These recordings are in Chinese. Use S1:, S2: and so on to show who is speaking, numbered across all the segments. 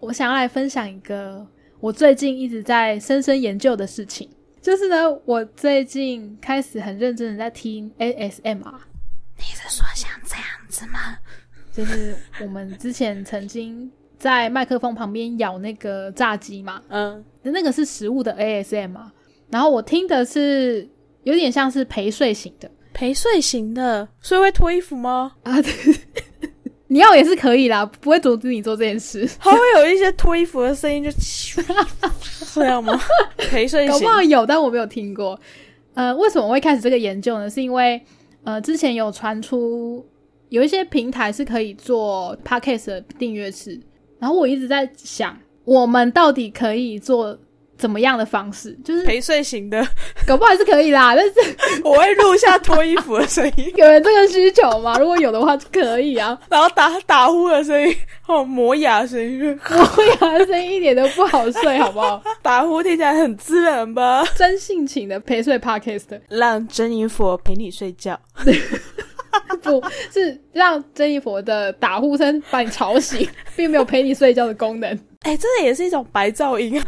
S1: 我想要来分享一个我最近一直在深深研究的事情，就是呢，我最近开始很认真的在听 ASMR，
S2: 你是说像这样子吗？
S1: 就是我们之前曾经在麦克风旁边咬那个炸鸡嘛，
S2: 嗯，
S1: 那个是食物的 ASMR，然后我听的是有点像是陪睡型的
S2: 陪睡型的，所以会脱衣服 吗？
S1: 啊，对 你要也是可以啦，不会阻止你做这件事。
S2: 它会有一些脱衣服的声音就，这样 吗？陪睡
S1: 搞不
S2: 型，
S1: 好有，但我没有听过。呃，为什么我会开始这个研究呢？是因为呃，之前有传出有一些平台是可以做 podcast 的订阅制，然后我一直在想，我们到底可以做怎么样的方式？就是
S2: 陪睡型的，
S1: 搞不好还是可以啦，但 是
S2: 我会录下脱衣服的声 音，
S1: 有人这个需求吗？如果有的话，就可以啊。
S2: 然后打打呼的声音，还有磨牙的声音，
S1: 我会啊，声音一点都不好睡，好不好？
S2: 打呼听起来很自然吧？
S1: 真性情的陪睡 podcast
S2: 让珍妮佛陪你睡觉，
S1: 不是让珍妮佛的打呼声把你吵醒，并没有陪你睡觉的功能。
S2: 哎、真的也是一种白噪 音，啊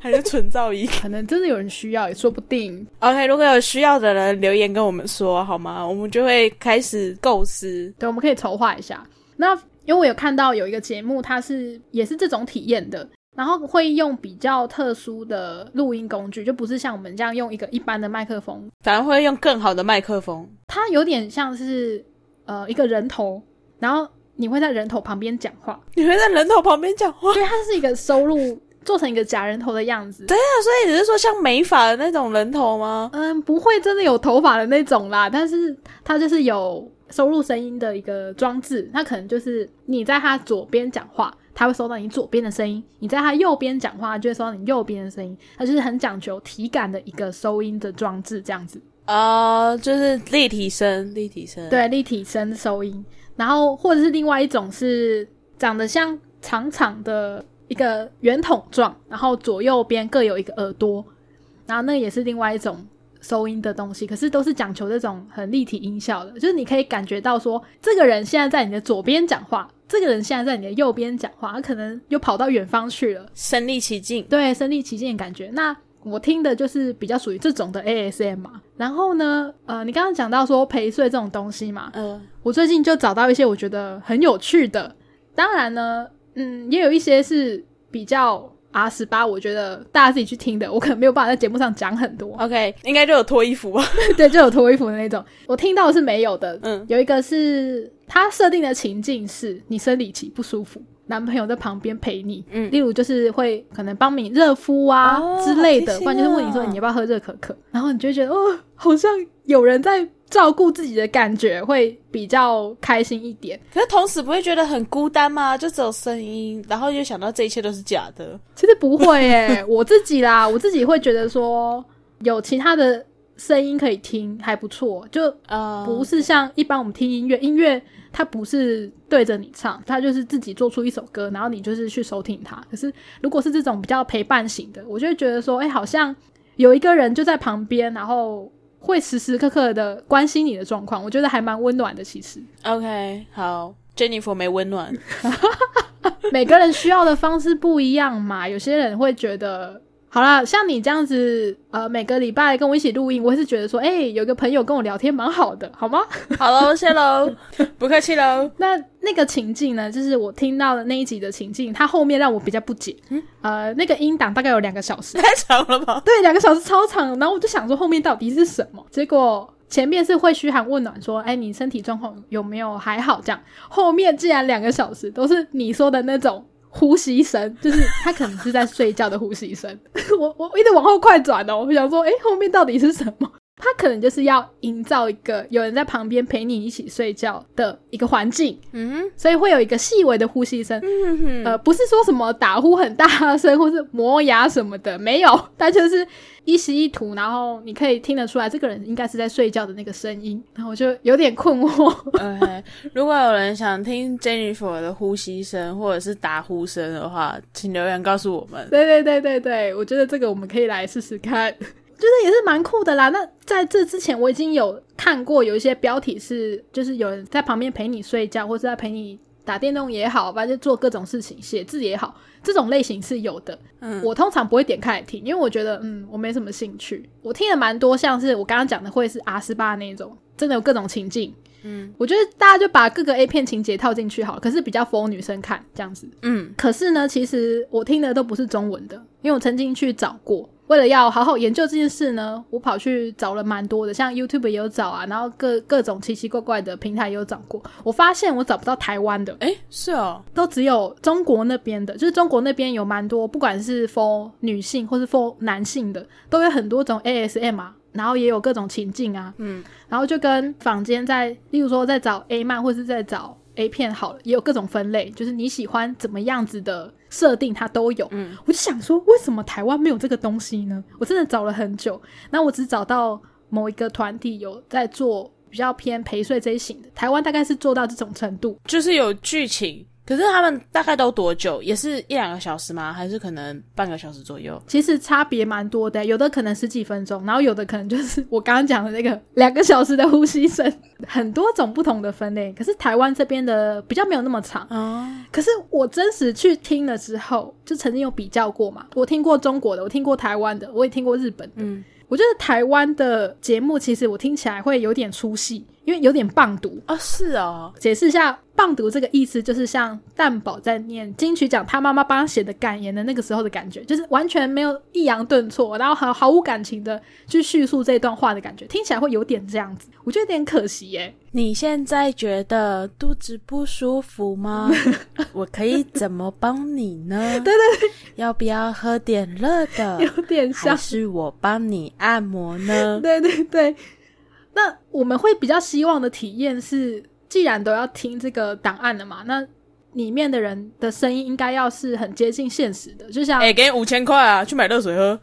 S2: 还是纯噪音？
S1: 可能真的有人需要，也说不定。
S2: OK，如果有需要的人留言跟我们说好吗？我们就会开始构思。
S1: 对，我们可以筹划一下。那因为我有看到有一个节目，它是也是这种体验的，然后会用比较特殊的录音工具，就不是像我们这样用一个一般的麦克风，
S2: 反而会用更好的麦克风。
S1: 它有点像是呃一个人头，然后你会在人头旁边讲话，
S2: 你会在人头旁边讲话？
S1: 所以它是一个收录做成一个假人头的样子。
S2: 对啊，所以你是说像美发的那种人头吗？
S1: 嗯，不会真的有头发的那种啦，但是它就是有收录声音的一个装置，那可能就是你在它左边讲话，它会收到你左边的声音；你在它右边讲话，它就会收到你右边的声音。它就是很讲究体感的一个收音的装置，这样子，
S2: 啊、就是立体声，立体声。，
S1: 对，立体声收音。然后或者是另外一种是长得像长长的一个圆筒状，然后左右边各有一个耳朵，然后那也是另外一种收音的东西，可是都是讲求这种很立体音效的，就是你可以感觉到说，这个人现在在你的左边讲话，这个人现在在你的右边讲话，他可能又跑到远方去了，
S2: 身临其境。
S1: 对，身临其境的感觉。那我听的就是比较属于这种的 ASM 嘛。然后呢，呃，你刚刚讲到说陪睡这种东西嘛，
S2: 嗯、
S1: 我最近就找到一些我觉得很有趣的，当然呢，嗯，也有一些是比较 R 十八，我觉得大家自己去听的，我可能没有办法在节目上讲很多。
S2: o k 应该就有脱衣服吧？
S1: 对，就有脱衣服的那种。我听到的是没有的。
S2: 嗯
S1: 有一个是他设定的情境是你生理期不舒服，男朋友在旁边陪你。
S2: 嗯
S1: 例如就是会可能帮你热敷啊、
S2: 哦
S1: 之类
S2: 好贴
S1: 的，
S2: 心
S1: 不然就是问你说
S2: 啊
S1: 你要不要喝热可可，然后你就会觉得哦，好像有人在照顾自己的感觉，会比较开心一点。
S2: 可是同时不会觉得很孤单吗？就只有声音，然后就想到这一切都是假的。
S1: 其实不会耶、 我自己啦，我自己会觉得说有其他的声音可以听还不错，就
S2: 啊、
S1: 不是像一般我们听音乐，音乐它不是对着你唱，它就是自己做出一首歌，然后你就是去收听它。可是如果是这种比较陪伴型的，我就会觉得说，哎、好像有一个人就在旁边，然后会时时刻刻的关心你的状况，我觉得还蛮温暖的。其实
S2: OK，好，Jennifer 没温 暖。
S1: 每个人需要的方式不一样嘛，有些人会觉得。好啦，像你这样子，呃，每个礼拜跟我一起录音，我也是觉得说，哎、有个朋友跟我聊天蛮好的，好吗？
S2: 好喽，谢 喽，不客气喽。
S1: 那那个情境呢，就是我听到的那一集的情境，它后面让我比较不解。呃，那个音档大概有两个小时，
S2: 太长了吧？
S1: 对，两个小时超长。然后我就想说后面到底是什么？结果前面是会嘘寒问暖，说：“哎，你身体状况有没有还好？”这样，后面竟然两个小时都是你说的那种。呼吸声，就是他可能是在睡觉的呼吸声。 我我一直往后快转哦，我想说，哎、后面到底是什么？他可能就是要营造一个有人在旁边陪你一起睡觉的一个环境，
S2: 嗯
S1: 所以会有一个细微的呼吸声。
S2: 哼哼
S1: 呃，不是说什么打呼很大声或是磨牙什么的，没有， 它就是一吸一吐，然后你可以听得出来，这个人应该是在睡觉的那个声音，然后我就有点困惑。
S2: OK，如果有人想听 Jennifer 的呼吸声或者是打呼声的话，请留言告诉我们。
S1: 对对对对对，我觉得这个我们可以来试试看，就是也是蛮酷的啦。那在这之前，我已经有看过有一些标题是，就是有人在旁边陪你睡觉，或是在陪你打电动也好，反正做各种事情，写字也好，这种类型是有的。
S2: 嗯，
S1: 我通常不会点开来听，因为我觉得嗯，我没什么兴趣。我听了蛮多，像是我刚刚讲的，会是阿斯巴那种，真的有各种情境。
S2: 嗯
S1: 我觉得大家就把各个 A 片情节套进去好了，可是比较 for 女生看这样子。
S2: 嗯
S1: 可是呢，其实我听的都不是中文的，因为我曾经去找过，为了要好好研究这件事呢，我跑去找了蛮多的，像 YouTube 也有找啊，然后各各种奇奇怪怪的平台也有找过。我发现我找不到台湾的，
S2: 哎、是哦，
S1: 都只有中国那边的，就是中国那边有蛮多，不管是 for 女性或是 for 男性的，都有很多种 ASM 啊。然后也有各种情境啊，
S2: 嗯，
S1: 然后就跟坊间在，例如说在找 A 漫或是在找 A 片好了，也有各种分类，就是你喜欢怎么样子的设定，它都有。
S2: 嗯，
S1: 我就想说，为什么台湾没有这个东西呢？我真的找了很久，那我只找到某一个团体有在做比较偏陪睡这一型的，台湾大概是做到这种程度。
S2: 就是有剧情，可是他们大概都多久？也是一两个小时吗？还是可能半个小时左右？
S1: 其实差别蛮多的，有的可能十几分钟，然后有的可能就是 我刚刚讲的那个两个小时的呼吸声，很多种不同的分类。可是台湾这边的比较没有那么长，
S2: 哦，
S1: 可是我真实去听了之后，就曾经有比较过嘛。我听过中国的，我听过台湾的，我也听过日本的。
S2: 嗯，
S1: 我觉得台湾的节目其实我听起来会有点出戏，因为有点棒读。
S2: 哦，是哦，
S1: 解释一下“棒读”这个意思，就是像蛋宝在念金曲奖他妈妈帮他写的感言的那个时候的感觉，就是完全没有抑扬顿挫，然后毫毫无感情的去叙述这段话的感觉，听起来会有点这样子，我觉得有点可惜耶、
S2: 你现在觉得肚子不舒服 吗？我可以怎么帮你呢？ 对对对，要不要喝点热 的？
S1: 有点像
S2: 还是我帮你按摩 呢？
S1: 对对对，那我们会比较希望的体验是，既然都要听这个档案了嘛，那里面的人的声音应该要是很接近现实的，就像、
S2: 哎、给你五千块啊，去买热水 喝。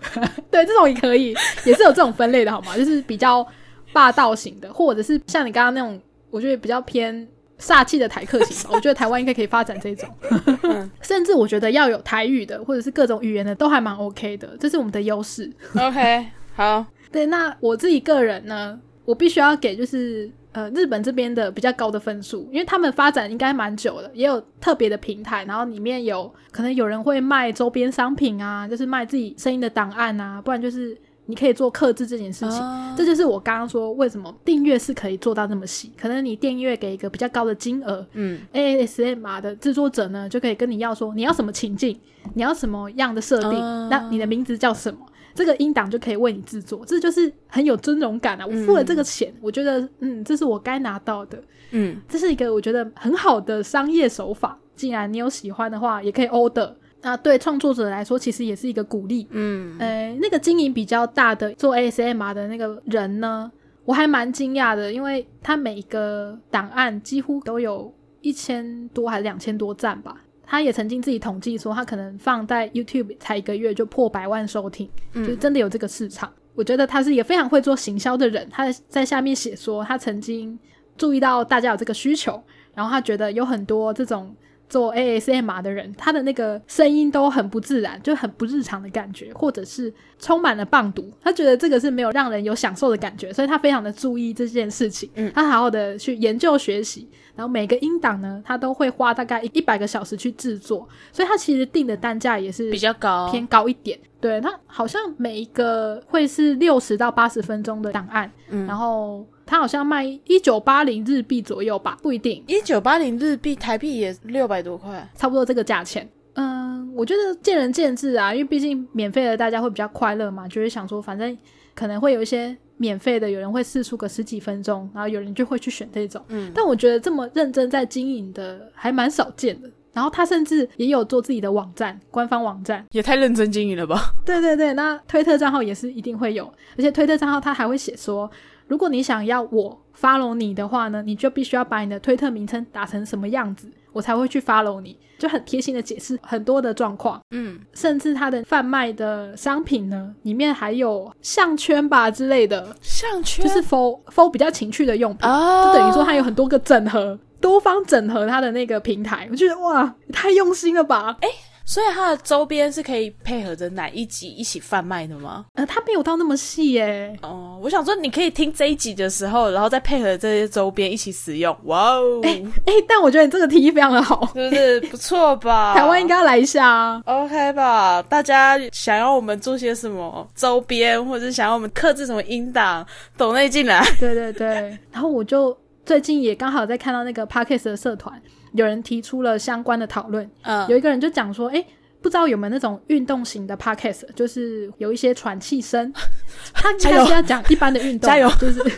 S1: 对这种也可以，也是有这种分类的好吗？就是比较霸道型的，或者是像你刚刚那种，我觉得比较偏。煞气的台客型吧，我觉得台湾应该可以发展这种， 甚至我觉得要有台语的，或者是各种语言的，都还蛮 OK 的，这是我们的优势。
S2: OK，好，
S1: 对，那我自己个人呢，我必须要给就是呃日本这边的比较高的分数，因为他们发展应该蛮久的，也有特别的平台，然后里面有可能有人会卖周边商品啊，就是卖自己声音的档案啊，不然就是你可以做克制这件事情。
S2: 哦
S1: 这就是我刚刚说为什么订阅是可以做到那么细，可能你订阅给一个比较高的金额，
S2: 嗯
S1: ASMR 的制作者呢，就可以跟你要说你要什么情境，你要什么样的设定，
S2: 嗯
S1: 那你的名字叫什么，这个音档就可以为你制作，这就是很有尊荣感啊！我付了这个钱，我觉得嗯，这是我该拿到的，
S2: 嗯，
S1: 这是一个我觉得很好的商业手法。既然你有喜欢的话，也可以 order。那对创作者来说，其实也是一个鼓励。
S2: 嗯，
S1: 呃，那个经营比较大的做 ASMR 的那个人呢，我还蛮惊讶的，因为他每一个档案几乎都有一千多还是两千多赞吧。他也曾经自己统计说，他可能放在 YouTube 才一个月就破百万收听，
S2: 嗯
S1: 就是真的有这个市场。我觉得他是一个非常会做行销的人，他在下面写说他曾经注意到大家有这个需求，然后他觉得有很多这种做 ASMR 的人，他的那个声音都很不自然，就很不日常的感觉，或者是充满了棒读。他觉得这个是没有让人有享受的感觉，所以他非常的注意这件事情。
S2: 嗯
S1: 他好好的去研究学习，然后每个音档呢，他都会花大概一百个小时去制作，所以他其实定的单价也是
S2: 比较高，
S1: 偏高一点。对，它好像每一个会是六十到八十分钟的档案，
S2: 嗯
S1: 然后它好像卖一九八零日币左右吧，不一定，
S2: 一九八零日币，台币也六百多块。
S1: 差不多这个价钱。嗯，我觉得见仁见智啊，因为毕竟免费的大家会比较快乐嘛，就是想说反正可能会有一些免费的，有人会试出个十几分钟，然后有人就会去选这种。
S2: 嗯，
S1: 但我觉得这么认真在经营的还蛮少见的。然后他甚至也有做自己的网站，官方网站，
S2: 也太认真经营了吧？
S1: 对对对，那推特账号也是一定会有，而且推特账号它还会写说，如果你想要我 follow 你的话呢，你就必须要把你的推特名称打成什么样子，我才会去 follow 你，就很贴心的解释很多的状况，
S2: 嗯，
S1: 甚至它的贩卖的商品呢，里面还有项圈吧之类的，
S2: 项圈
S1: 就是 for for 比较情趣的用品，
S2: 啊，
S1: 就等于说它有很多个整合，多方整合它的那个平台，我觉得哇，也太用心了吧！
S2: 所以它的周边是可以配合着哪一集一起贩卖的吗？
S1: 呃，它没有到那么细耶、
S2: 哦，我想说你可以听这一集的时候，然后再配合这些周边一起使用。哇 哦，
S1: 哎、但我觉得你这个提议非常的好，
S2: 是不是不错吧？
S1: 台湾应该要来一下 啊。
S2: OK 吧？大家想要我们做些什么周边，或者是想要我们克制什么音档，抖内进来。
S1: 对对对，然后我就最近也刚好在看到那个 Parkes 的社团，有人提出了相关的讨论，
S2: 嗯
S1: 有一个人就讲说，哎、不知道有没有那种运动型的 podcast，就是有一些喘气声， 他应
S2: 加
S1: 该
S2: 油
S1: 是要讲一般的运动，啊
S2: 加油
S1: 就是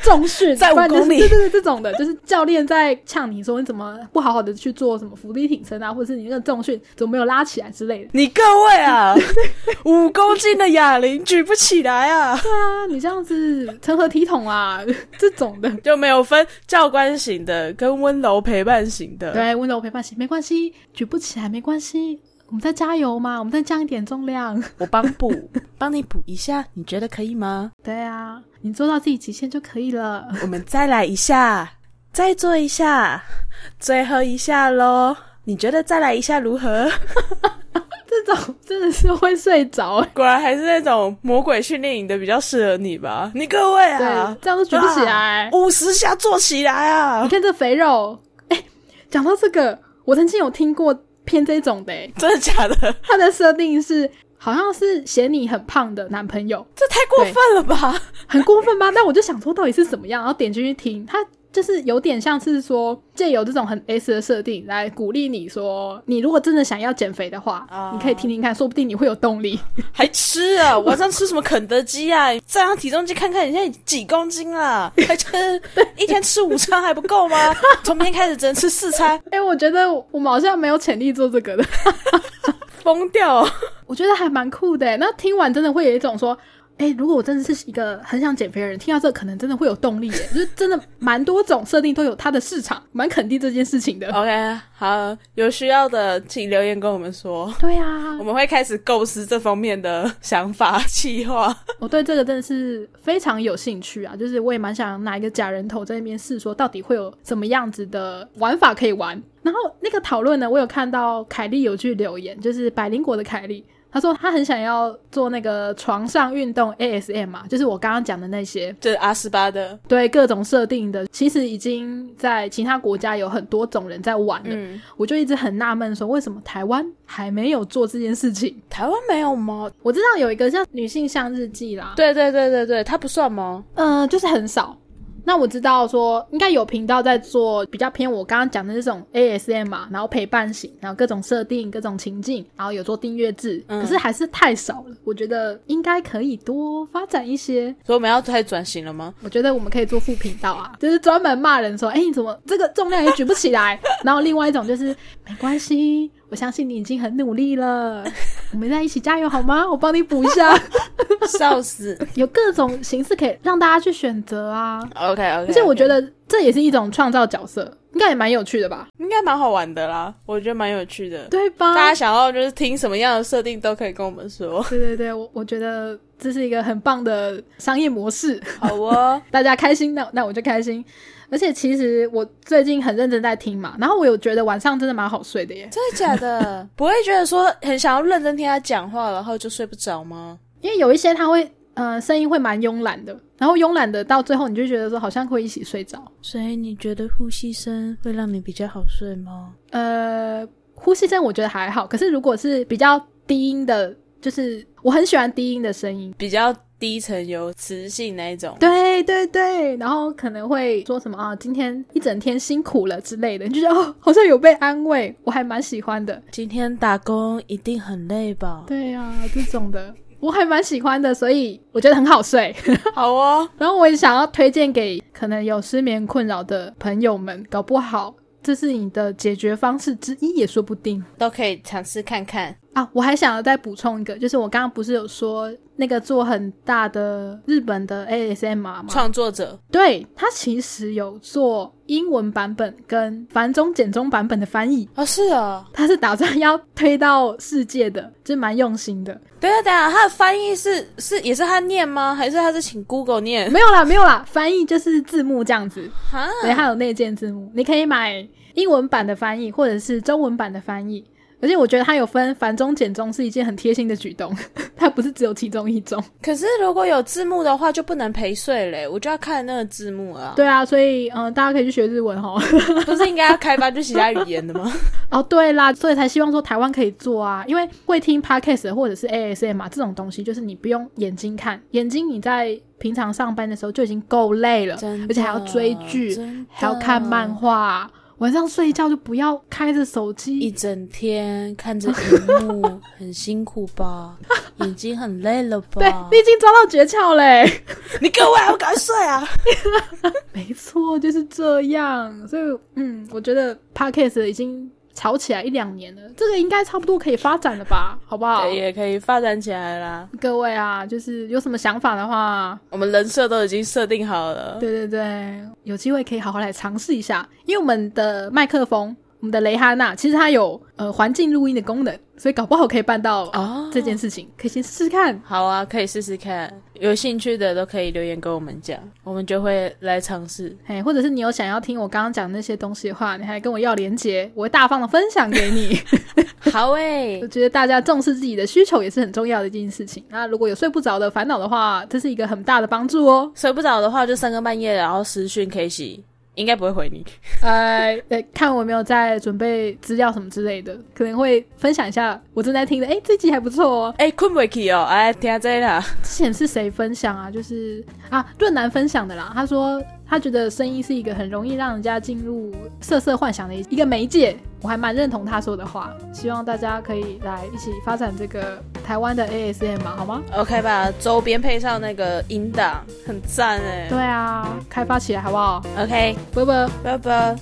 S1: 重训，啊
S2: 在五
S1: 不然就是
S2: 公里
S1: 对对对，这种的，就是教练在呛你说你怎么不好好的去做什么浮力挺身啊，或者是你那个重训怎么没有拉起来之类的。
S2: 你各位啊， 五公斤的哑铃举不起来啊，
S1: 对 啊，你这样子成何体统啊？ 这种的，
S2: 就没有分教官型的跟温柔陪伴型的。
S1: 对，温柔陪伴型没关系，举不起来没关系，我们再加油嘛，我们再降一点重量。
S2: 我帮补， 帮你补一下，你觉得可以吗？
S1: 对啊，你做到自己极限就可以了。
S2: 我们再来一下，再做一下，最后一下喽。你觉得再来一下如 何？
S1: 这种真的是会睡着、欸，
S2: 果然还是那种魔鬼训练营的比较适合你吧。你各位
S1: 对
S2: 啊，，
S1: 这样都举不起来。
S2: 五十下做起来
S1: 你
S2: 啊！
S1: 看这肥肉，哎、讲到这个，我曾经有听过偏这种的、欸，
S2: 真的假的？
S1: 它的设定是好像是嫌你很胖的男朋友，
S2: 这太过分了吧？
S1: 很过分 吧？但我就想说到底是怎么样，然后点进去听，它就是有点像是说借由这种很 S 的设定来鼓励你说，你如果真的想要减肥的话，
S2: 啊
S1: 你可以听听看，说不定你会有动力。
S2: 还吃啊？晚上吃什么肯德基啊？站上体重机看看，你现在几公 斤啦？还吃？一天吃五餐还不够吗？从明天开始只能吃四餐，
S1: 哎、我觉得我们好像没有潜力做这个的。
S2: 疯掉、
S1: 我觉得还蛮酷的欸。那听完真的会有一种说，哎、如果我真的是一个很想减肥的人，听到这可能真的会有动力耶， 就是真的蛮多种设定都有它的市场，蛮肯定这件事情的。
S2: OK，好，有需要的请留言跟我们说，
S1: 对啊
S2: 我，们会开始构思这方面的想法计划。
S1: 我对这个真的是非常有兴趣啊！就是我也蛮想拿一个假人头在那边试，说到底会有什么样子的玩法可以玩。然后那个讨论呢，我有看到凯莉有句留言，就是百灵果的凯莉，她说她很想要做那个床上运动 ASM 嘛，啊就是我刚刚讲的那些。
S2: 就是阿斯巴的，
S1: 对各种设定的，其实已经在其他国家有很多种人在玩了。
S2: 嗯，
S1: 我就一直很纳闷，说为什么台湾还没有做这件事情？
S2: 台湾没有吗？
S1: 我知道有一个叫女性向日记啦，，
S2: 对对对对对，它不算吗？
S1: 呃，就是很少。那我知道说应该有频道在做比较偏我刚刚讲的这种 ASM 嘛，然后陪伴型，然后各种设定、各种情境，然后有做订阅制，
S2: 嗯
S1: 可是还是太少了。我觉得应该可以多发展一些。
S2: 所以我们要开始转型了吗？
S1: 我觉得我们可以做副频道啊，就是专门骂人说，哎、你怎么这个重量也举不起来？ 然后另外一种就是没关系，我相信你已经很努力了，我们在一起加油好吗？我帮你补一下，
S2: 笑 死
S1: 有各种形式可以让大家去选择啊。
S2: ！OK OK，
S1: 而且我觉得这也是一种创造角色，应该也蛮有趣的吧？
S2: 应该蛮好玩的啦，我觉得蛮有趣的。
S1: 对
S2: 大家
S1: 吧？
S2: 想要就是听什么样的设定都可以跟我们说。
S1: 对对对，我我觉得这是一个很棒的商业模式。
S2: 好 哦，
S1: 大家开心，那那我就开心。而且其实我最近很认真在听嘛，然后我有觉得晚上真的蛮好睡的耶，
S2: 真的假的？不会觉得说很想要认真听他讲话，然后就睡不着吗？
S1: 因为有一些他会呃声音会蛮慵懒的，然后慵懒的到最后你就觉得说好像会一起睡着，
S2: 所以你觉得呼吸声会让你比较好睡吗？
S1: 呃，呼吸声我觉得还好，可是如果是比较低音的，就是我很喜欢低音的声音。
S2: 比较低沉有磁性那一种。
S1: 对对对，然后可能会说什么啊，今天一整天辛苦了之类的，你就觉得哦，好像有被安慰，我还蛮喜欢的。
S2: 今天打工一定很累吧？
S1: 对呀、这种的我还蛮喜欢的，所以我觉得很好睡。
S2: 好哦，
S1: 然后我也想要推荐给可能有失眠困扰的朋友们，搞不好这是你的解决方式之一也说不定
S2: 都可以尝试看看。
S1: 啊！我还想要再补充一个，就是我刚刚不是有说那个做很大的日本的 ASMR 吗？
S2: 创作者
S1: 对，它其实有做英文版本跟繁中简中版本的翻译。
S2: 哦，是啊、
S1: 它是打算要推到世界的，就蛮用心的。
S2: 等一下等一下，他的翻译是是也是他念吗？还是他是请 Google 念？
S1: 没有啦，没有啦，翻译就是字幕这样子。
S2: 哈，
S1: 对，它有内建字幕，你可以买英文版的翻译或者是中文版的翻译。而且我觉得他有分繁中简中是一件很贴心的举动， 他不是只有其中一种。
S2: 可是如果有字幕的话，就不能陪睡嘞，我就要看那个字幕啊。
S1: 对啊，所以嗯、呃大家可以去学日文哦。
S2: 不是应该要开发就其他语言的吗？
S1: 哦，对啦，所以才希望说台湾可以做啊，因为会听 podcast 或者是 ASM 啊这种东西，就是你不用眼睛看，眼睛你在平常上班的时候就已经够累了，
S2: 真的
S1: 而且还要追剧，
S2: 真的
S1: 还要看漫画，晚上睡觉就不要开着手
S2: 一
S1: 机。
S2: 整天看着荧幕，很辛苦 吧？眼睛很累了
S1: 对
S2: 吧
S1: 你？已经抓到诀窍嘞，
S2: 你各位，我赶快睡啊！
S1: 没错，就是这样。所以，嗯，我觉得 podcast 已经炒起来一两年了，这个应该差不多可以发展了吧？好不好？
S2: 对，也可以发展起来啦。
S1: 各位啊，就是有什么想法的话，
S2: 我们人设都已经设定好了。
S1: 对对对，有机会可以好好来尝试一下，因为我们的麦克风，我们的雷哈娜，其实它有呃环境录音的功能，所以搞不好可以办到
S2: 哦
S1: 这件事情，可以先试试看。
S2: 好啊，可以试试看，有兴趣的都可以留言跟我们讲，我们就会来尝试。
S1: 哎，或者是你有想要听我刚刚讲那些东西的话，你还跟我要连接，我会大方的分享给你。
S2: 好欸诶、
S1: 我觉得大家重视自己的需求也是很重要的一件事情。那如果有睡不着的烦恼的话，这是一个很大的帮助 哦。
S2: 睡不着的话就三更半夜，然后私讯 K 洗，应该不会回你。
S1: 呃，呃看我有没有在准备资料什么之类的，可能会分享一下我正在听的。哎，这集还不错哦。
S2: 哎、困不起哦，哎，听这啦，
S1: 之前是谁分享啊？就是啊，润南分享的啦。他说他觉得声音是一个很容易让人家进入色色幻想的一个媒介，我还蛮认同他说的话。希望大家可以来一起发展这个台湾的 ASM 嘛，啊好吗？
S2: OK 吧，周边配上那个音档，很赞哎。
S1: 对啊，开发起来好不好？
S2: OK，
S1: 啵啵。
S2: 拜拜。